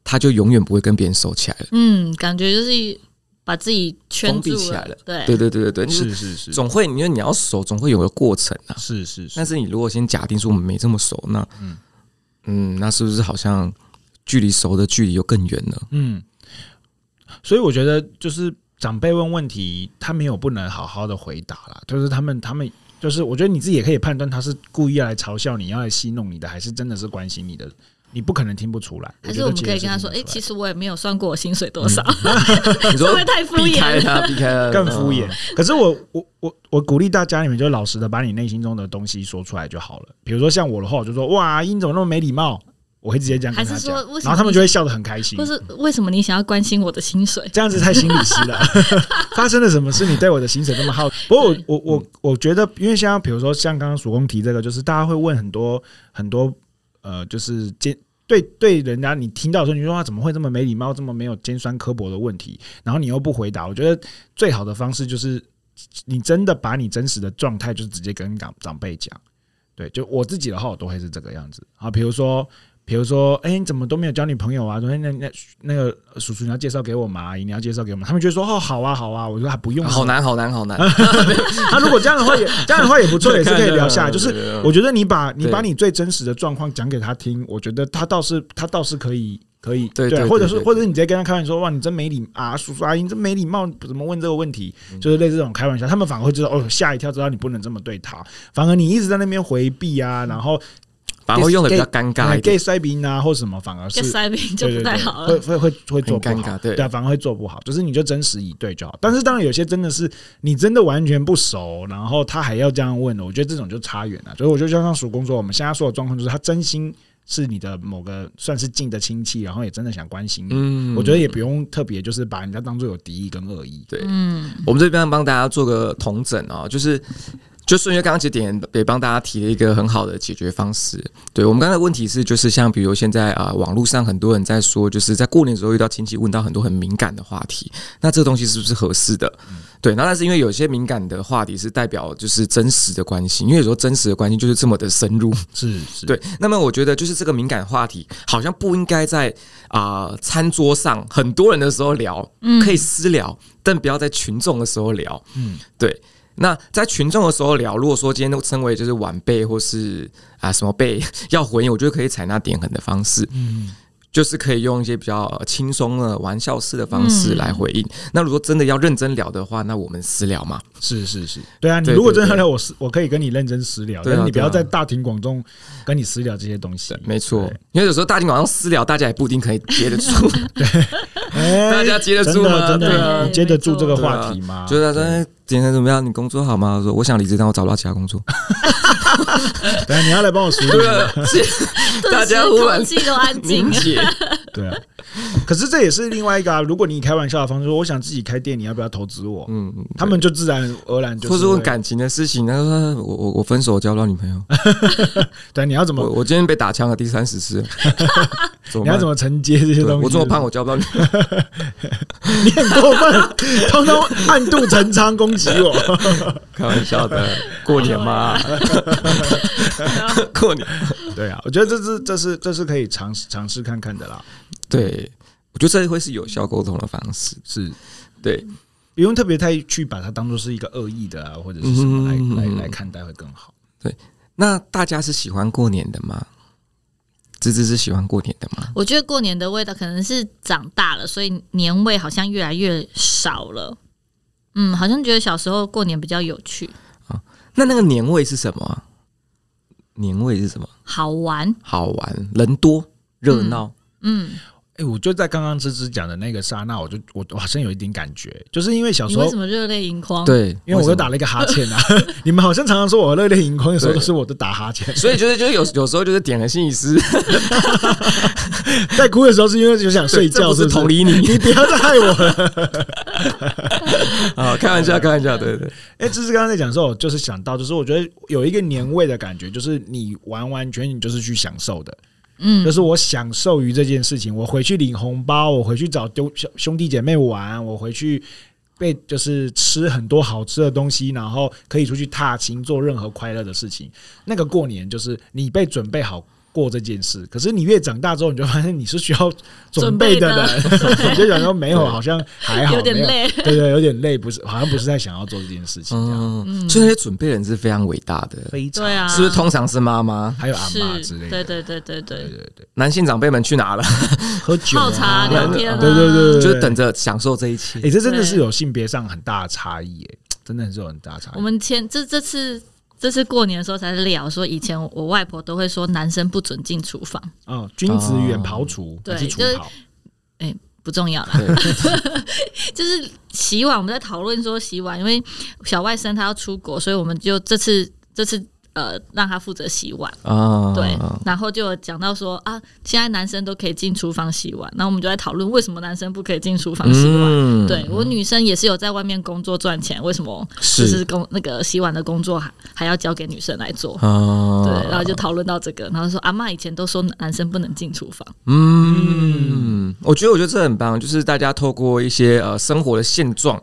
C: 他就永远不会跟别人熟起来了？
A: 嗯，感觉就是把自己圈
C: 封闭
A: 住
C: 起来了
A: 对
C: 对对对对对，就是
B: 是是是，
C: 总会，因为你要熟，总会有个过程啊。
B: 是是是
C: 但，是你如果先假定说我们没这么熟，那
B: 嗯
C: 嗯那是不是好像距离熟的距离又更远 了？
B: 嗯，所以我觉得就是长辈问问题，他没有不能好好的回答啦，就是他们他们就是我觉得你自己也可以判断他是故意要来嘲笑你，要来戏弄你的，还是真的是关心你的，你不可能听不出来。
A: 还是我们
B: 觉
A: 可
B: 得
A: 以
B: 其
A: 跟他
B: 实是
A: 说，哎、
B: 听不出
A: 其
B: 来
A: 实我也没有算过我薪水多少，
C: 你
A: 会
C: 说
A: 不会太敷
C: 避
A: 衍
C: 开
A: 了？
C: 他，避开嗯他，
B: 更敷衍。嗯可是我我我我鼓励大家，你们就老实的把你内心中的东西说出来就好了。比如说像我的话，我就说哇，英怎么那么没礼貌？我会直接这样跟他
A: 还是
B: 讲
A: 说为，什么
B: 然后他们就会笑得很开心
A: 或。是为什么你想要关心我的薪水？
B: 这样子太心理师了。 发生了什么事？你对我的行程那么好？不过我我我我觉得，因为像比如说像刚刚曙光提这个，就是大家会问很多很多呃，就是尖对对人家你听到的时候，你就说啊他怎么会这么没礼貌，这么没有尖酸刻薄的问题，然后你又不回答。我觉得最好的方式就是你真的把你真实的状态，就是直接跟长长辈讲。对，就我自己的话，我都会是这个样子啊。比如说，比如说，哎、你怎么都没有交女朋友啊？昨天那那那个叔叔你要介绍给我吗？阿姨你要介绍给我吗？他们就会说哦，好啊，好啊。我说还 不用，
C: 嗯
B: 啊
C: 好。难，好难，好难。
B: 他、如果这样的话 也这样的话也不错，也是可以聊下来。就是
C: 是
B: 我觉得你把你
C: 对
B: 把你最真实的状况讲给他听，我觉得他倒是他倒是可以可以
C: 对对
B: 或者
C: 对
B: 是
C: 对
B: 或者是你直接跟他开玩笑说哇你真没礼啊叔叔阿姨你真没礼貌，怎么问这个问题？
C: 嗯
B: 就是类似这种开玩笑，他们反而会知道哦吓一跳，知道你不能这么对他，反而你一直在那边回避啊，然后
C: 反而会用的比较尴尬一
B: gay
C: 点，
B: 塞宾啊或什么，反而是
A: 这塞饼就不太好
B: 对
A: 了。
B: 对对会会会会做不好
C: 很尴尬对
B: 啊，反而会做不好。就是你就真实以对就好。但是当然有些真的是你真的完全不熟，然后他还要这样问的，我觉得这种就差远了。所以我就就像曙工说，我们现在说的状况就是他真心是你的某个算是近的亲戚，然后也真的想关心你。
C: 嗯
B: 我觉得也不用特别就是把人家当做有敌意跟恶意。
C: 对。
A: 嗯，
C: 我们这边帮大家做个统整啊、就是就顺着刚刚几点也帮大家提了一个很好的解决方式。对我们刚才的问题是，就是像比如现在啊、呃网络上很多人在说，就是在过年的时候遇到亲戚问到很多很敏感的话题，那这个东西是不是合适的？对，那但是因为有些敏感的话题是代表就是真实的关系，因为有时候真实的关系就是这么的深入。
B: 是是，
C: 对，那么我觉得就是这个敏感话题，好像不应该在啊、餐桌上很多人的时候聊，
A: 嗯
C: 可以私聊，但不要在群众的时候聊。
B: 嗯
C: 嗯，对。那在群众的时候聊，如果说今天都称为就是晚辈或是啊什么辈 要回应，我觉得可以采纳点很的方式，
B: 嗯，
C: 就是可以用一些比较呃轻松的玩笑式的方
B: 嗯
C: 式来回应。那如果真的要认真聊的话，那我们私聊嘛。
B: 是是是，对啊。你
C: 对
B: 如果
C: 对
B: 真的
C: 对
B: 要我私，我可以跟你认真私聊，
C: 对
B: 但
C: 啊
B: 是你不
C: 对啊
B: 要在大庭广众跟你私聊这些东西。
C: 没错
B: 嗯对，
C: 因为有时候大庭广众私聊，大家也不一定可以接得住。
B: 哎
C: 大家接得住吗
B: 真的，真嗯
C: 对
B: 的
C: 啊
B: 你接得住这个话题吗？
C: 就是他说哎今天怎么样？你工作好吗？我说我想离职，但我找不到其他 工作。
B: 等一下你要来帮我梳理。
C: 对啊，是大家忽然
A: 顿时空气都安静
C: 凝
A: 了。
C: 结。
B: 对啊，可是这也是另外一个啊。如果你以开玩笑的方式说，我想自己开店，你要不要投资我？
C: 嗯，嗯
B: 他们就自然而然就
C: 或
B: 是
C: 是
B: 会
C: 问，感情的事情，他说我我我分手，我交不到女朋 友，
B: 对，啊你要怎
C: 我
B: 么，
C: 我今天被打枪了第三 十次，怎
B: 你要
C: 办
B: 怎？么承接这些
C: 对
B: 东西？
C: 我这么胖，，我交不到女朋友。
B: 你很过分，通通暗度陈仓攻击我。
C: 开玩笑的，过年嘛，过年。
B: 对啊，我觉得这是这是这是可以尝试尝试看看的啦，
C: 对，我觉得这会是有效沟通的方式。
B: 是
C: 对，
B: 不用特别太去把它当做是一个恶意的啊，或者是什么来
C: 嗯
B: 来来看待会更好。
C: 那大家是喜欢过年的吗？芝芝是喜欢过年的吗？
A: 我觉得过年的味道可能是长大了，所以年味好像越来越少了。嗯，好像觉得小时候过年比较有趣、
C: 那那个年味是什么啊？年味是什么？
A: 好玩。
C: 好玩，人多热闹。
A: 嗯，
B: 哎、哎、我就在刚刚芝芝讲的那个刹那，我就我我好像有一点感觉，就是因为小
A: 你
B: 时候
A: 为什，么热泪盈眶？，
C: 对，
B: 嗯因为我
C: 什么
B: 又打了一个哈欠啊。 你们好像常常说我热泪盈眶的时候，都
C: 对
B: 是我都打哈欠。
C: 所以就是就是有有时候就是点了心理师，
B: 在哭的时候是因为就 想睡觉，
C: 这不
B: 是
C: 是
B: 不是
C: 同理你
B: 你 不要再害我了。
C: 啊，开玩笑，开玩笑，对对，
B: 哎、芝芝刚刚在讲的时候，我就是想到，就是我觉得有一个年味的感觉，就是你完完全全你就是去享受的，
A: 嗯
B: 就，是我享受于这件事情。我回去领红包，我回去找兄兄弟姐妹玩，我回去被就是吃很多好吃的东西，然后可以出去踏青，做任何快乐的事情。那个过年就是你被准备好。过这件事，可是你越长大之后，你就发现你是需要准备的人，你就想说没有，好像还好，
A: 哎有点
B: 没
A: 累。
B: 对 对，有点累，不是，好像不是在想要做这件事情这样，
C: 嗯，所以那些准备人是非常伟大的，
B: 非常
A: 对啊，
C: 是不是？通常是妈妈？
B: 还有阿妈之
A: 是，
B: 类
A: 对对
B: 的，
A: 对对对，
B: 对对，
C: 男性长辈们去哪了？
B: 喝酒、
A: 泡茶聊天啊
B: 对对对，对
C: 就是等。着享受这一
B: 哎、
C: 切。
B: 这真的是有性别上很大的差异，哎，真的是有很大的差异。
A: 我们前这这次这次过年的时候才聊说，以前我外婆都会说男生不准进厨房，
B: 哦，君子远庖厨
A: 对
B: 还是厨
A: 就是
B: 庖，
A: 不重要啦。
C: 对，
A: 就是洗碗，我们在讨论说洗碗，因为小外甥他要出国，所以我们就这次这次呃让他负责洗碗。
C: 啊，
A: 对，然后就有讲到说啊，现在男生都可以进厨房洗碗，那我们就在讨论为什么男生不可以进厨房洗碗。
C: 嗯
A: 对我女生也是有在外面工作赚钱，为什么就是是工那个洗碗的工作还还要交给女生来做？
C: 啊，
A: 对，然后就讨论到这个，然后说阿嬷以前都说男生不能进厨房，
C: 嗯，我觉得我觉得这很棒，就是大家透过一些呃生活的现状。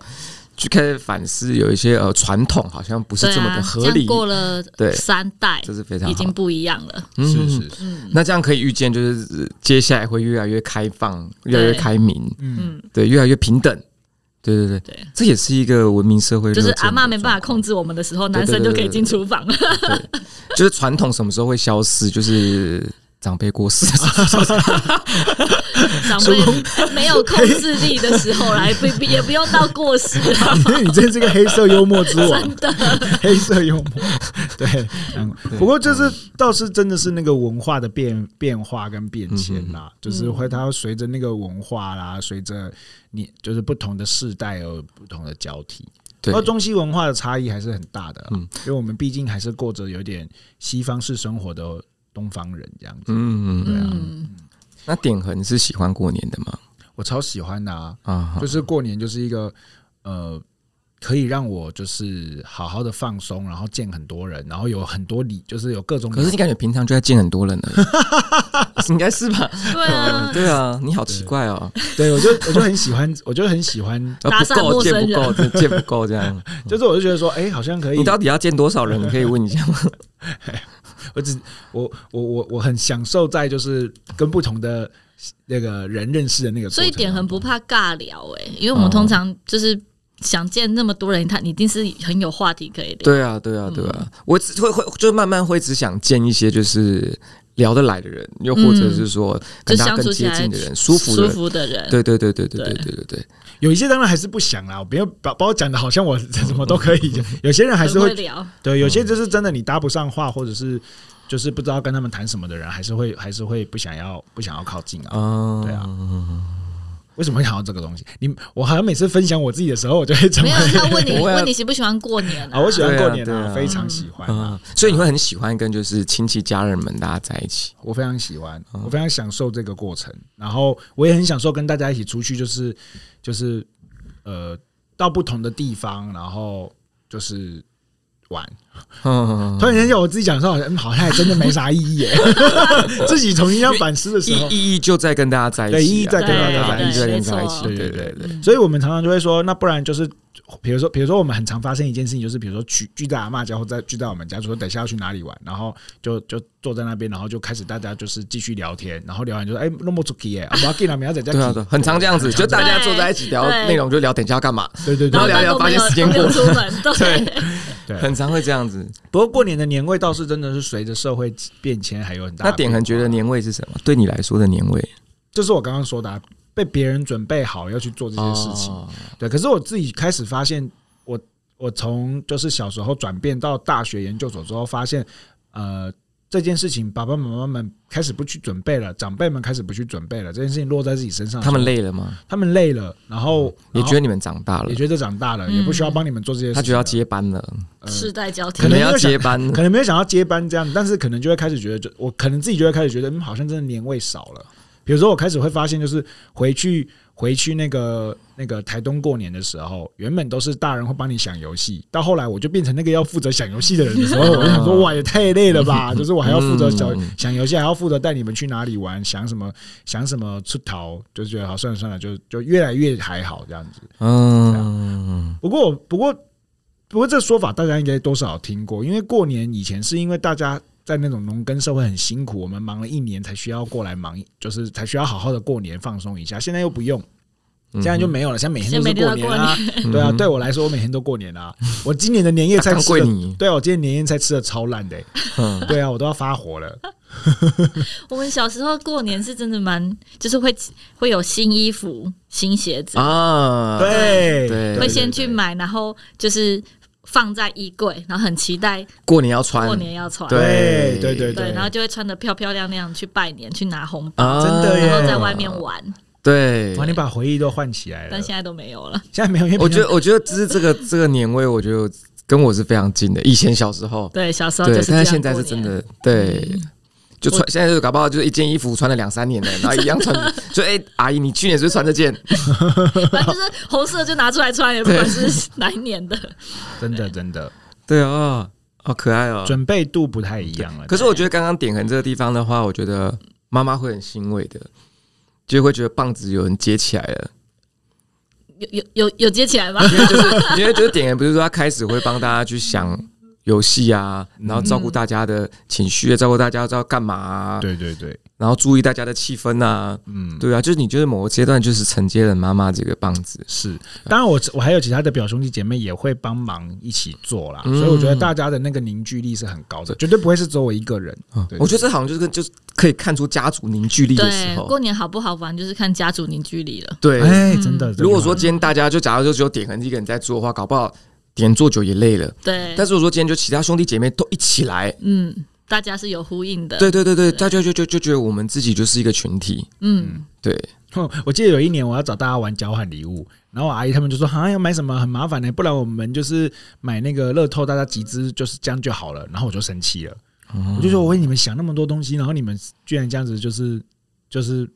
C: 去开始反思，有一些呃传统好像不是
A: 对
C: 这么
A: 啊
C: 的，合
A: 这
C: 理
A: 样，过了
C: 对
A: 三代
C: 这是非常
A: 已
C: 好
A: 经。不一样了。
C: 嗯
B: 是是是，
C: 那这样可以预见，就是呃接下来会越来越开放，越来越
A: 对
C: 开明，
B: 嗯，
A: 嗯，
C: 对，越来越平等。对对对，
A: 对
C: 这也是一个文明社会。
A: 就是阿嬷没办法控，制我们的时候，
C: 对
A: 男
C: 对
A: 生就
C: 对对
A: 可以
C: 对
A: 进厨 房了。
C: 就是传统什么时候会消失？就是长辈 过世，
A: 长辈没有控制力的时候 来，不不也不用到过时啊。
B: 因 为你真是个黑色幽默之王
A: 真，的，
B: 黑色幽默，对。 嗯嗯不过就是倒是真的是那个文化的变变化跟变迁啦，
A: 嗯
B: 就是会它会随着那个文化啦，随着你就是不同的世代而有不同的交替。
C: 对
B: 而中西文化的差异还是很大的啦，因为我们毕竟还是过着有点西方式生活的东方人这样子。
C: 嗯，对啊。
A: 嗯，
C: 那点恒是喜欢过年的吗？
B: 我超喜欢的啊，
C: 啊，
B: 就是过年就是一个呃，可以让我就是好好的放松，然后见很多人，然后有很多理，就是有各种
C: 可是你感觉平常就在见很多人 呢，应该是吧？
A: 对啊，
C: 对啊，你好奇怪哦，
B: 对，我就我就很喜欢，我就很喜欢，
C: 呃
A: 搭
C: 不
A: 讪
C: 够
A: 陌生
C: 见不
A: 人
C: 够，真的见不够这样。
B: 就是我就觉得说，哎、好像 可以
C: 嗯你，到底要见多少人？你可以问一下吗？
B: 我只我我我我很享受在就是跟不同的那个人认识的那个过
A: 所
B: 程当中，
A: 以点很不怕尬聊哎、因为我们通常就是想见那么多人，他你一定是很有话题可以聊。
C: 对啊，对啊，对啊，我只会会就慢慢会只想见一些就是聊得来的人，又或者是说
A: 就
C: 跟他
A: 相
C: 更
A: 处起
C: 接
A: 来
C: 近的人，舒服
A: 舒
C: 的。
A: 服的人，
C: 对对对对对对
A: 对
C: 对对对，
B: 有一些当然还是不想啦，我不要把把我讲的好像我 什么都可 以，有些人还是
A: 很
B: 会
A: 会聊。
B: 对，有些就是真的你搭不上话，或者是就是不知道跟他们谈什么的人，还是会还是会不想要不想要靠近啊。
C: 啊，
B: 对啊，为什么会想到这个东西？你我好像每次分享我自己的时候，我就会讲
A: 没有他问 你，
C: 不会啊
A: 问你喜不喜欢过年
B: 啊，我喜欢过年
C: 对啊对
B: 啊，
C: 啊
B: 非常喜欢啊，
C: 啊，所以你会很喜欢跟就是亲戚家人们大家在一起，
B: 我非常喜欢，我非常享受这个过程，然后我也很享受跟大家一起出去，就是就是呃，到不同的地方，然后就是。玩，
C: 嗯，
B: 突然间叫我自己讲说，好像嗯好像还真的没啥意义耶。自己重新要反思的时
C: 意
B: 候，
C: 意义就在跟大家在一起啊，
B: 对意义在跟大家在一起
C: 意义在跟大家在一起，
A: 对
B: 对
C: 对对嗯
B: 对
C: 对对，
B: 所以我们常常就会说，那不然就是，比如说，比如说我们很常发生一件事情，就是比如说聚聚在阿嬷家或在聚在我们家，说等一下要去哪里玩，然后就就坐在那边，然后就开始大家就是继续聊天，然后聊完就说，哎、弄不出去 耶，我要给他们要在家
C: 对啊，对，很常这样子，就大家坐在一起聊
A: 对
C: 内容，就聊等一下要干嘛，
B: 对对
C: 然后
B: 对。
C: 聊聊
A: 都没有
C: 发现时间
A: 都没有
C: 过
A: 出 门，对，
B: 对
C: 很常会这样子。
B: 不过过年的年味倒是真的是随着社会变迁还有很大的
C: 那点
B: 变化
C: 恒觉得年味是什么？对你来说的年味
B: 就是我刚刚说的、啊，被别人准备好要去做这些事情，
C: 哦
B: 对。可是我自己开始发现，我我从就是小时候转变到大学研究所之后，发现呃，这件事情，爸爸妈妈们开始不去准备了，长辈们开始不去准备了，这件事情落在自己身上，
C: 他们，累了吗？
B: 他们累了，然后
C: 也觉得
B: 得
C: 你们长大了
B: 也，觉得长大了，
A: 嗯
B: 也不需要帮你们做这些事情了，
C: 他觉得要接班了，
B: 呃
A: 世代交替
B: 可
C: 可，
B: 能
C: 能
B: 又
C: 要
B: 想
C: 接班。
B: 可能没有想要接班这样，但是可能就会开始觉得，就我可能自己就会开始觉得，嗯，好像真的年味少了。比如说，我开始会发现，就是回去回去那个那个台东过年的时候，原本都是大人会帮你想游戏，到后来我就变成那个要负责想游戏的人的时候，我就想说，哇，也太累了吧！就是我还要负责想
C: 嗯
B: 想游戏，还要负责带你们去哪里玩，想什么想什么出逃，就觉得好算了算了，就就越来越还好这样子。
C: 嗯，
B: 不过，不过，不过这说法大家应该多少有听过，因为过年以前是因为大家在那种农耕社会很辛苦，我们忙了一年才需要过来忙，就是才需要好好的过年放松一下。现在又不用，现在就没有了，现在每天都是过年 啊。
C: 嗯
B: 对啊，对我来说，我每天都过年 啊。我今年的年夜
C: 大
B: 菜
C: 刚
B: 吃
C: 贵
B: 的，
C: 你，
B: 对啊我今年年夜菜吃的超烂的欸、
C: 嗯
B: 对啊，我都要发火了。
A: 我们小时候过年是真的蛮，就是会会有新衣服、新鞋子，
C: 啊，
B: 对
C: 对
A: 会先去。
B: 对对
A: 买，然后就是放在衣柜，然后很期待
C: 过年要穿
A: 过，年要穿，
C: 对
B: 对对对
A: 对，然后就会穿的漂漂亮亮去拜年，去拿红包，
C: 啊
B: 真的耶
A: 然后在外面玩，
C: 对，
B: 哇，你把回忆都唤起来了
A: 但。现在都没有了。
B: 现在没有，因为
C: 我
B: 平
C: 觉
B: 常
C: 得，我觉得只是这个这个年味，我觉得跟我是非常近的。以前小时候，
A: 对，小时候就
C: 对，
A: 是这
C: 但
A: 样嗯
C: 是现在是真的，对，就穿现在就搞不好就是一件衣服穿了两三年了，然后 一样穿着。就哎，阿姨，你去年是不是穿这件？
A: 过年，反正就是红色就拿出来 穿，也不管是哪一年的。
B: 真的真的
C: 对啊，好可爱哦。
B: 准备度不太一样了。
C: 可是我觉得刚刚点痕这个地方的话，我觉得妈妈会很欣慰的，就会觉得棒子有人接起来了，
A: 有有有有接起来吗？
C: 因为就是因为就是点痕不是说他开始会帮大家去想游戏啊，然后照顾大家的情绪，啊照顾大家知道干嘛、啊，
B: 嗯对对对，
C: 然后注意大家的气氛啊，
B: 嗯，
C: 对啊，就是你就是某个阶段就是承接了妈妈这个棒子，
B: 是，当然我我还有其他的表兄弟姐妹也会帮忙一起做啦，
C: 嗯
B: 所以我觉得大家的那个凝聚力是很高的，绝对不会是只有我一个人。
C: 嗯
B: 对
C: 我觉得这好像就是跟就是可以看出家族凝聚力的时
A: 对，
C: 候
A: 过，年好不好玩就是看家族凝聚力了。
C: 对。
B: 哎，
A: 嗯
B: 真的。
C: 如果说
B: 真
C: 今天大家就假如就只有点痕一个人在做的话，搞不好点做久也累了。
A: 对，
C: 但是我说今天就其他兄弟姐妹都一起来，
A: 嗯，大家是有呼应的。
C: 对对对对，大家就就就觉得我们自己就是一个群体，
A: 嗯，
C: 对，
B: 的哼我记得有一年我要找大家玩交换礼物，然后我阿姨他们就说：“啊，要买什么很麻烦呢、不然我们就是买那个乐透，大家集资就是这样就好了。”然后我就生气了，
C: 哦
B: 我就说：“我为你们想那么多东西，然后你们居然这样子就是就是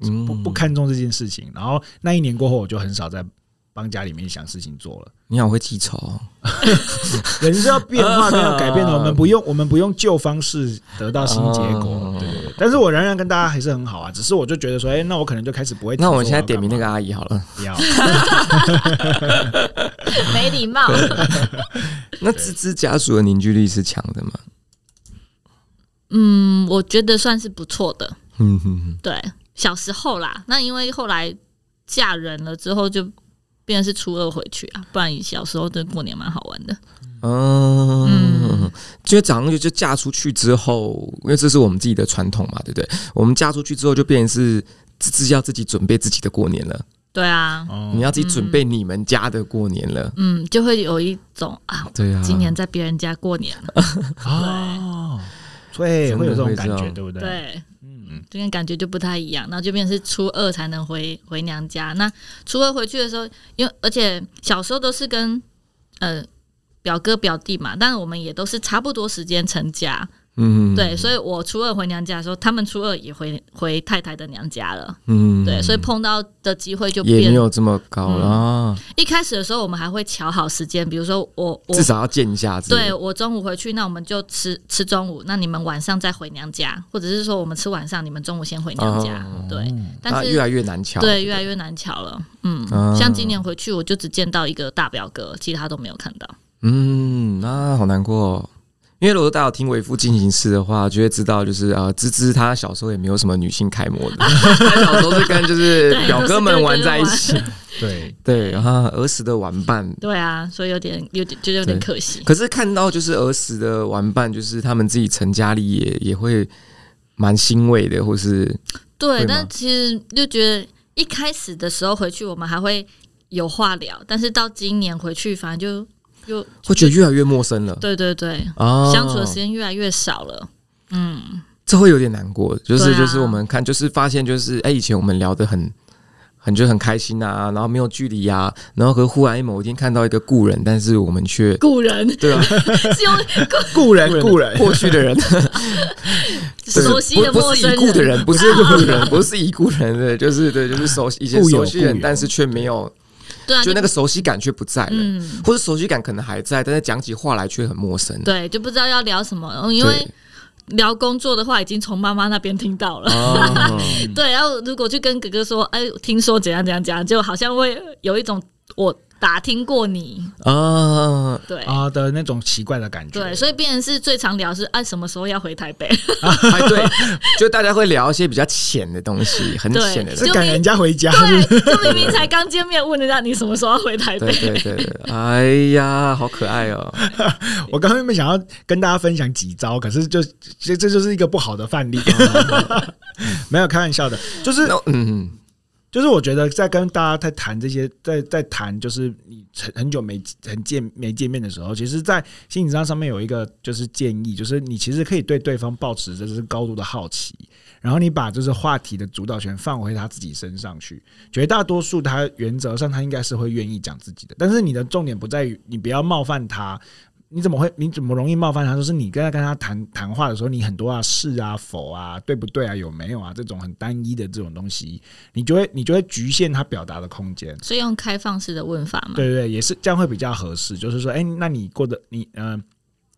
C: 嗯
B: 不不，看重这件事情。”然后那一年过后，我就很少再帮家里面想事情做了。
C: 你好会记仇哦，
B: 人是要变化跟要改变的，
C: 啊
B: 我们不 用我们不用旧方式得到新结果
C: 哦，
B: 对对对。但是我仍然跟大家还是很好啊，只是我就觉得说，哎，那我可能就开始不会提出
C: 那
B: 要干嘛。
C: 我们现在点名那个阿姨好了，
B: 不要，
A: 没礼貌。
C: 那芝芝家属的凝聚力是强的嘛？
A: 嗯，我觉得算是不错的。
C: 嗯哼哼，
A: 对，小时候啦，那因为后来嫁人了之后就变成是初二回去啊，不然小时候的过年蛮好玩的。
C: 嗯，因为早上就就嫁出去之后，因为这是我们自己的传统嘛，对不对？我们嫁出去之后就变成是芝芝要自己准备自己的过年了，
A: 对啊，
B: 哦
C: 你要自己准备你们家的过年了，
A: 嗯，就会有一种啊，
C: 对啊，
A: 今年在别人家过年了，
B: 哦，对，
C: 真的
B: 会有这种
C: 会
B: 感
C: 这
B: 觉，
C: 样
B: 对不对？，
A: 对，
B: 嗯，
A: 这跟感觉就不太一样，然后就变成是初二才能回回娘家。那初二回去的时候，因为而且小时候都是跟呃表哥表弟嘛，但是我们也都是差不多时间成家，
C: 嗯，嗯
A: 对，，所以我初二回娘家的时候，他们初二也回回太太的娘家了，
C: 嗯
A: 对，所以碰到的机会就
C: 也
A: 变
C: 没。有这么高了啊，
A: 一开始的时候，我们还会瞧好时间，比如说我我
C: 至少要见一下之类的，
A: 对我中午回去，那我们就吃吃中午，那你们晚上再回娘家，或者是说我们吃晚上，你们中午先回娘家，
C: 哦
A: 对。
C: 啊
A: 但是
C: 越来越难瞧，
A: 对，越来越难瞧了。嗯，
C: 啊
A: 像今年回去，我就只见到一个大表哥，其他都没有看到。
C: 嗯，啊，好难过哦、因为如果大家有听为父进行式的话，就会知道，就是呃，芝芝她小时候也没有什么女性楷 模的，她小时候是跟就是
A: 对
C: 表哥们玩在一起，
B: 对，
C: 对，然后儿时的玩伴。
A: 对啊，所以有点有点就有点可惜。
C: 可是看到就是儿时的玩伴，就是他们自己成家立业，也会蛮欣慰的，或是
A: 对，
C: 会
A: 但
C: 吗
A: 其实就觉得一开始的时候回去，我们还会有话聊，但是到今年回去，反
C: 嗯
A: 正就就
C: 会觉得越来越陌生了
A: 对对对，
C: 啊
A: 相处的时间越来越少了。嗯，
C: 这会有点难过，就是、
A: 对啊
C: 就是我们看，就是发现就是哎、以前我们聊得很很就很开心啊，然后没有距离啊，然后和忽然某一天看到一个故人，但是我们却
A: 故人
C: 对啊，
A: 是用
B: 故 人故人，
C: 过去 的人，对
A: 熟悉的
C: 不不
A: 陌
C: 是
A: 生
C: 已故的
A: 人，
C: 人，不是故 人，不是已故人，对，就是对，就是熟悉以前
B: 故友
C: 熟悉人
B: 故，友
C: 但是却没有，
A: 对啊，
C: 就那
A: 个
C: 个熟悉感却不在了，
A: 嗯，
C: 或者熟悉感可能还在，但是讲起话来却很陌生。
A: 对，就不知道要聊什么，嗯因
C: 嗯对
A: 为聊工作的话，已经从妈妈那边听到 了。
C: 啊，
A: 对，然后如果去跟哥哥说，哎，听说怎样怎样怎样，就好像会有一种我打听过你，
C: 啊，
A: 对、
B: 啊的那种奇怪的感觉。
A: 对，所以变成是最常聊是哎、什么时候要回台 北，
C: 哎，对，就大家会聊一些比较浅的东西，很
A: 对
C: 浅的东
A: 就是
C: 西。
B: 是赶人家回家，是不
A: 对，
B: 是
A: 就明明才刚见面，问人家你什么时候要回台
C: 对
A: 北，
C: 对对对，哎呀，好可爱哦！
B: 我刚刚原本想要跟大家分享几招，可是就这这就是一个不好的范例。
C: 哦
B: 没有开玩笑的，就是
C: 那嗯，
B: 就是我觉得在跟大家在谈这些，在在谈就是你很很久没很见没见面的时候，其实，在心理上上面有一个就是建议，就是你其实可以对对方保持着就是高度的好奇，然后你把就是话题的主导权放回他自己身上去。绝大多数他原则上他应该是会愿意讲自己的，但是你的重点不在于你不要冒犯他。你怎么会？你怎么容易冒犯他？就是你跟他跟他谈谈话的时候，你很多啊是啊否啊对不对啊有没有啊这种很单一的这种东西，你就会你就会局限他表达的空间。
A: 所以用开放式的问法嘛，
B: 对对对，也是这样会比较合适。就是说，哎、那你过得你嗯、呃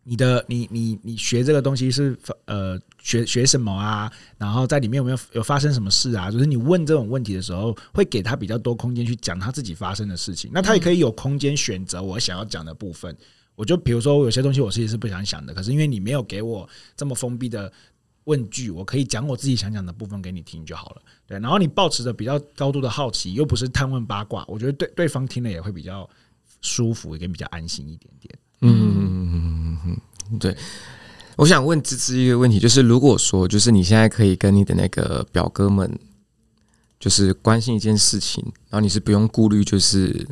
B: 你的你你你学这个东西是呃学学什么啊？然后在里面有没有有发生什么事啊？就是你问这种问题的时候，会给他比较多空间去讲他自己发生的事情。那他也可以有空间选择我想要讲的部分。我就比如说，有些东西我其实是不想想的，可是因为你没有给我这么封闭的问句，我可以讲我自己想讲的部分给你听就好了。对，然后你保持着比较高度的好奇，又不是探问八卦，我觉得对对方听了也会比较舒服，也比较安心一点点。
C: 我想问芝芝一个问题，就是如果说，就是你现在可以跟你的那个表哥们，就是关心一件事情，然后你是不用顾虑就是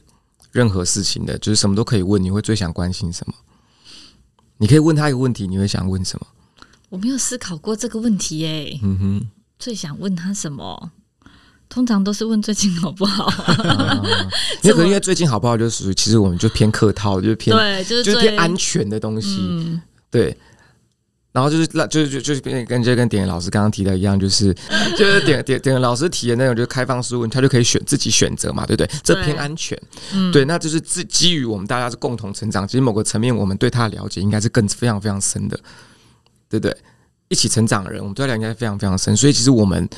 C: 任何事情的，就是什么都可以问，你会最想关心什么？你可以问他一个问题，你会想问什么？
A: 我没有思考过这个问题耶、
C: 嗯哼。
A: 最想问他什么？通常都是问最近好不好、
C: 因为可能因为最近好不好，就是属于其实我们就偏客套，就是偏
A: 对，就是
C: 就是
A: 最
C: 偏安全的东西，
A: 嗯，
C: 对。然后就是那就就就是跟跟就跟点老师刚刚提的一样，就是就是点点点老师提的那种，就是开放式问，他就可以选自己选择嘛，对不对？这偏安全，
A: 嗯
C: 对，那就是基基于我们大家是共同成长，其实某个层面我们对他的了解应该是更非常非常深的，对不对？一起成长的人，我们对他了解应该非常非常深，所以其实我们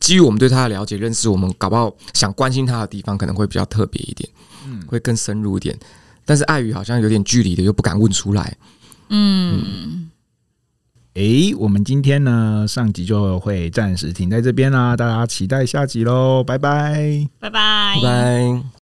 C: 基于我们对他的了解认识，我们搞不好想关心他的地方可能会比较特别一点，嗯，会更深入一点，但是碍于好像有点距离的，又不敢问出来，
A: 嗯，
B: 诶，我们今天呢上集就会暂时停在这边啦，大家期待下集喽，拜拜。
C: 哎
A: 拜拜
C: 拜拜。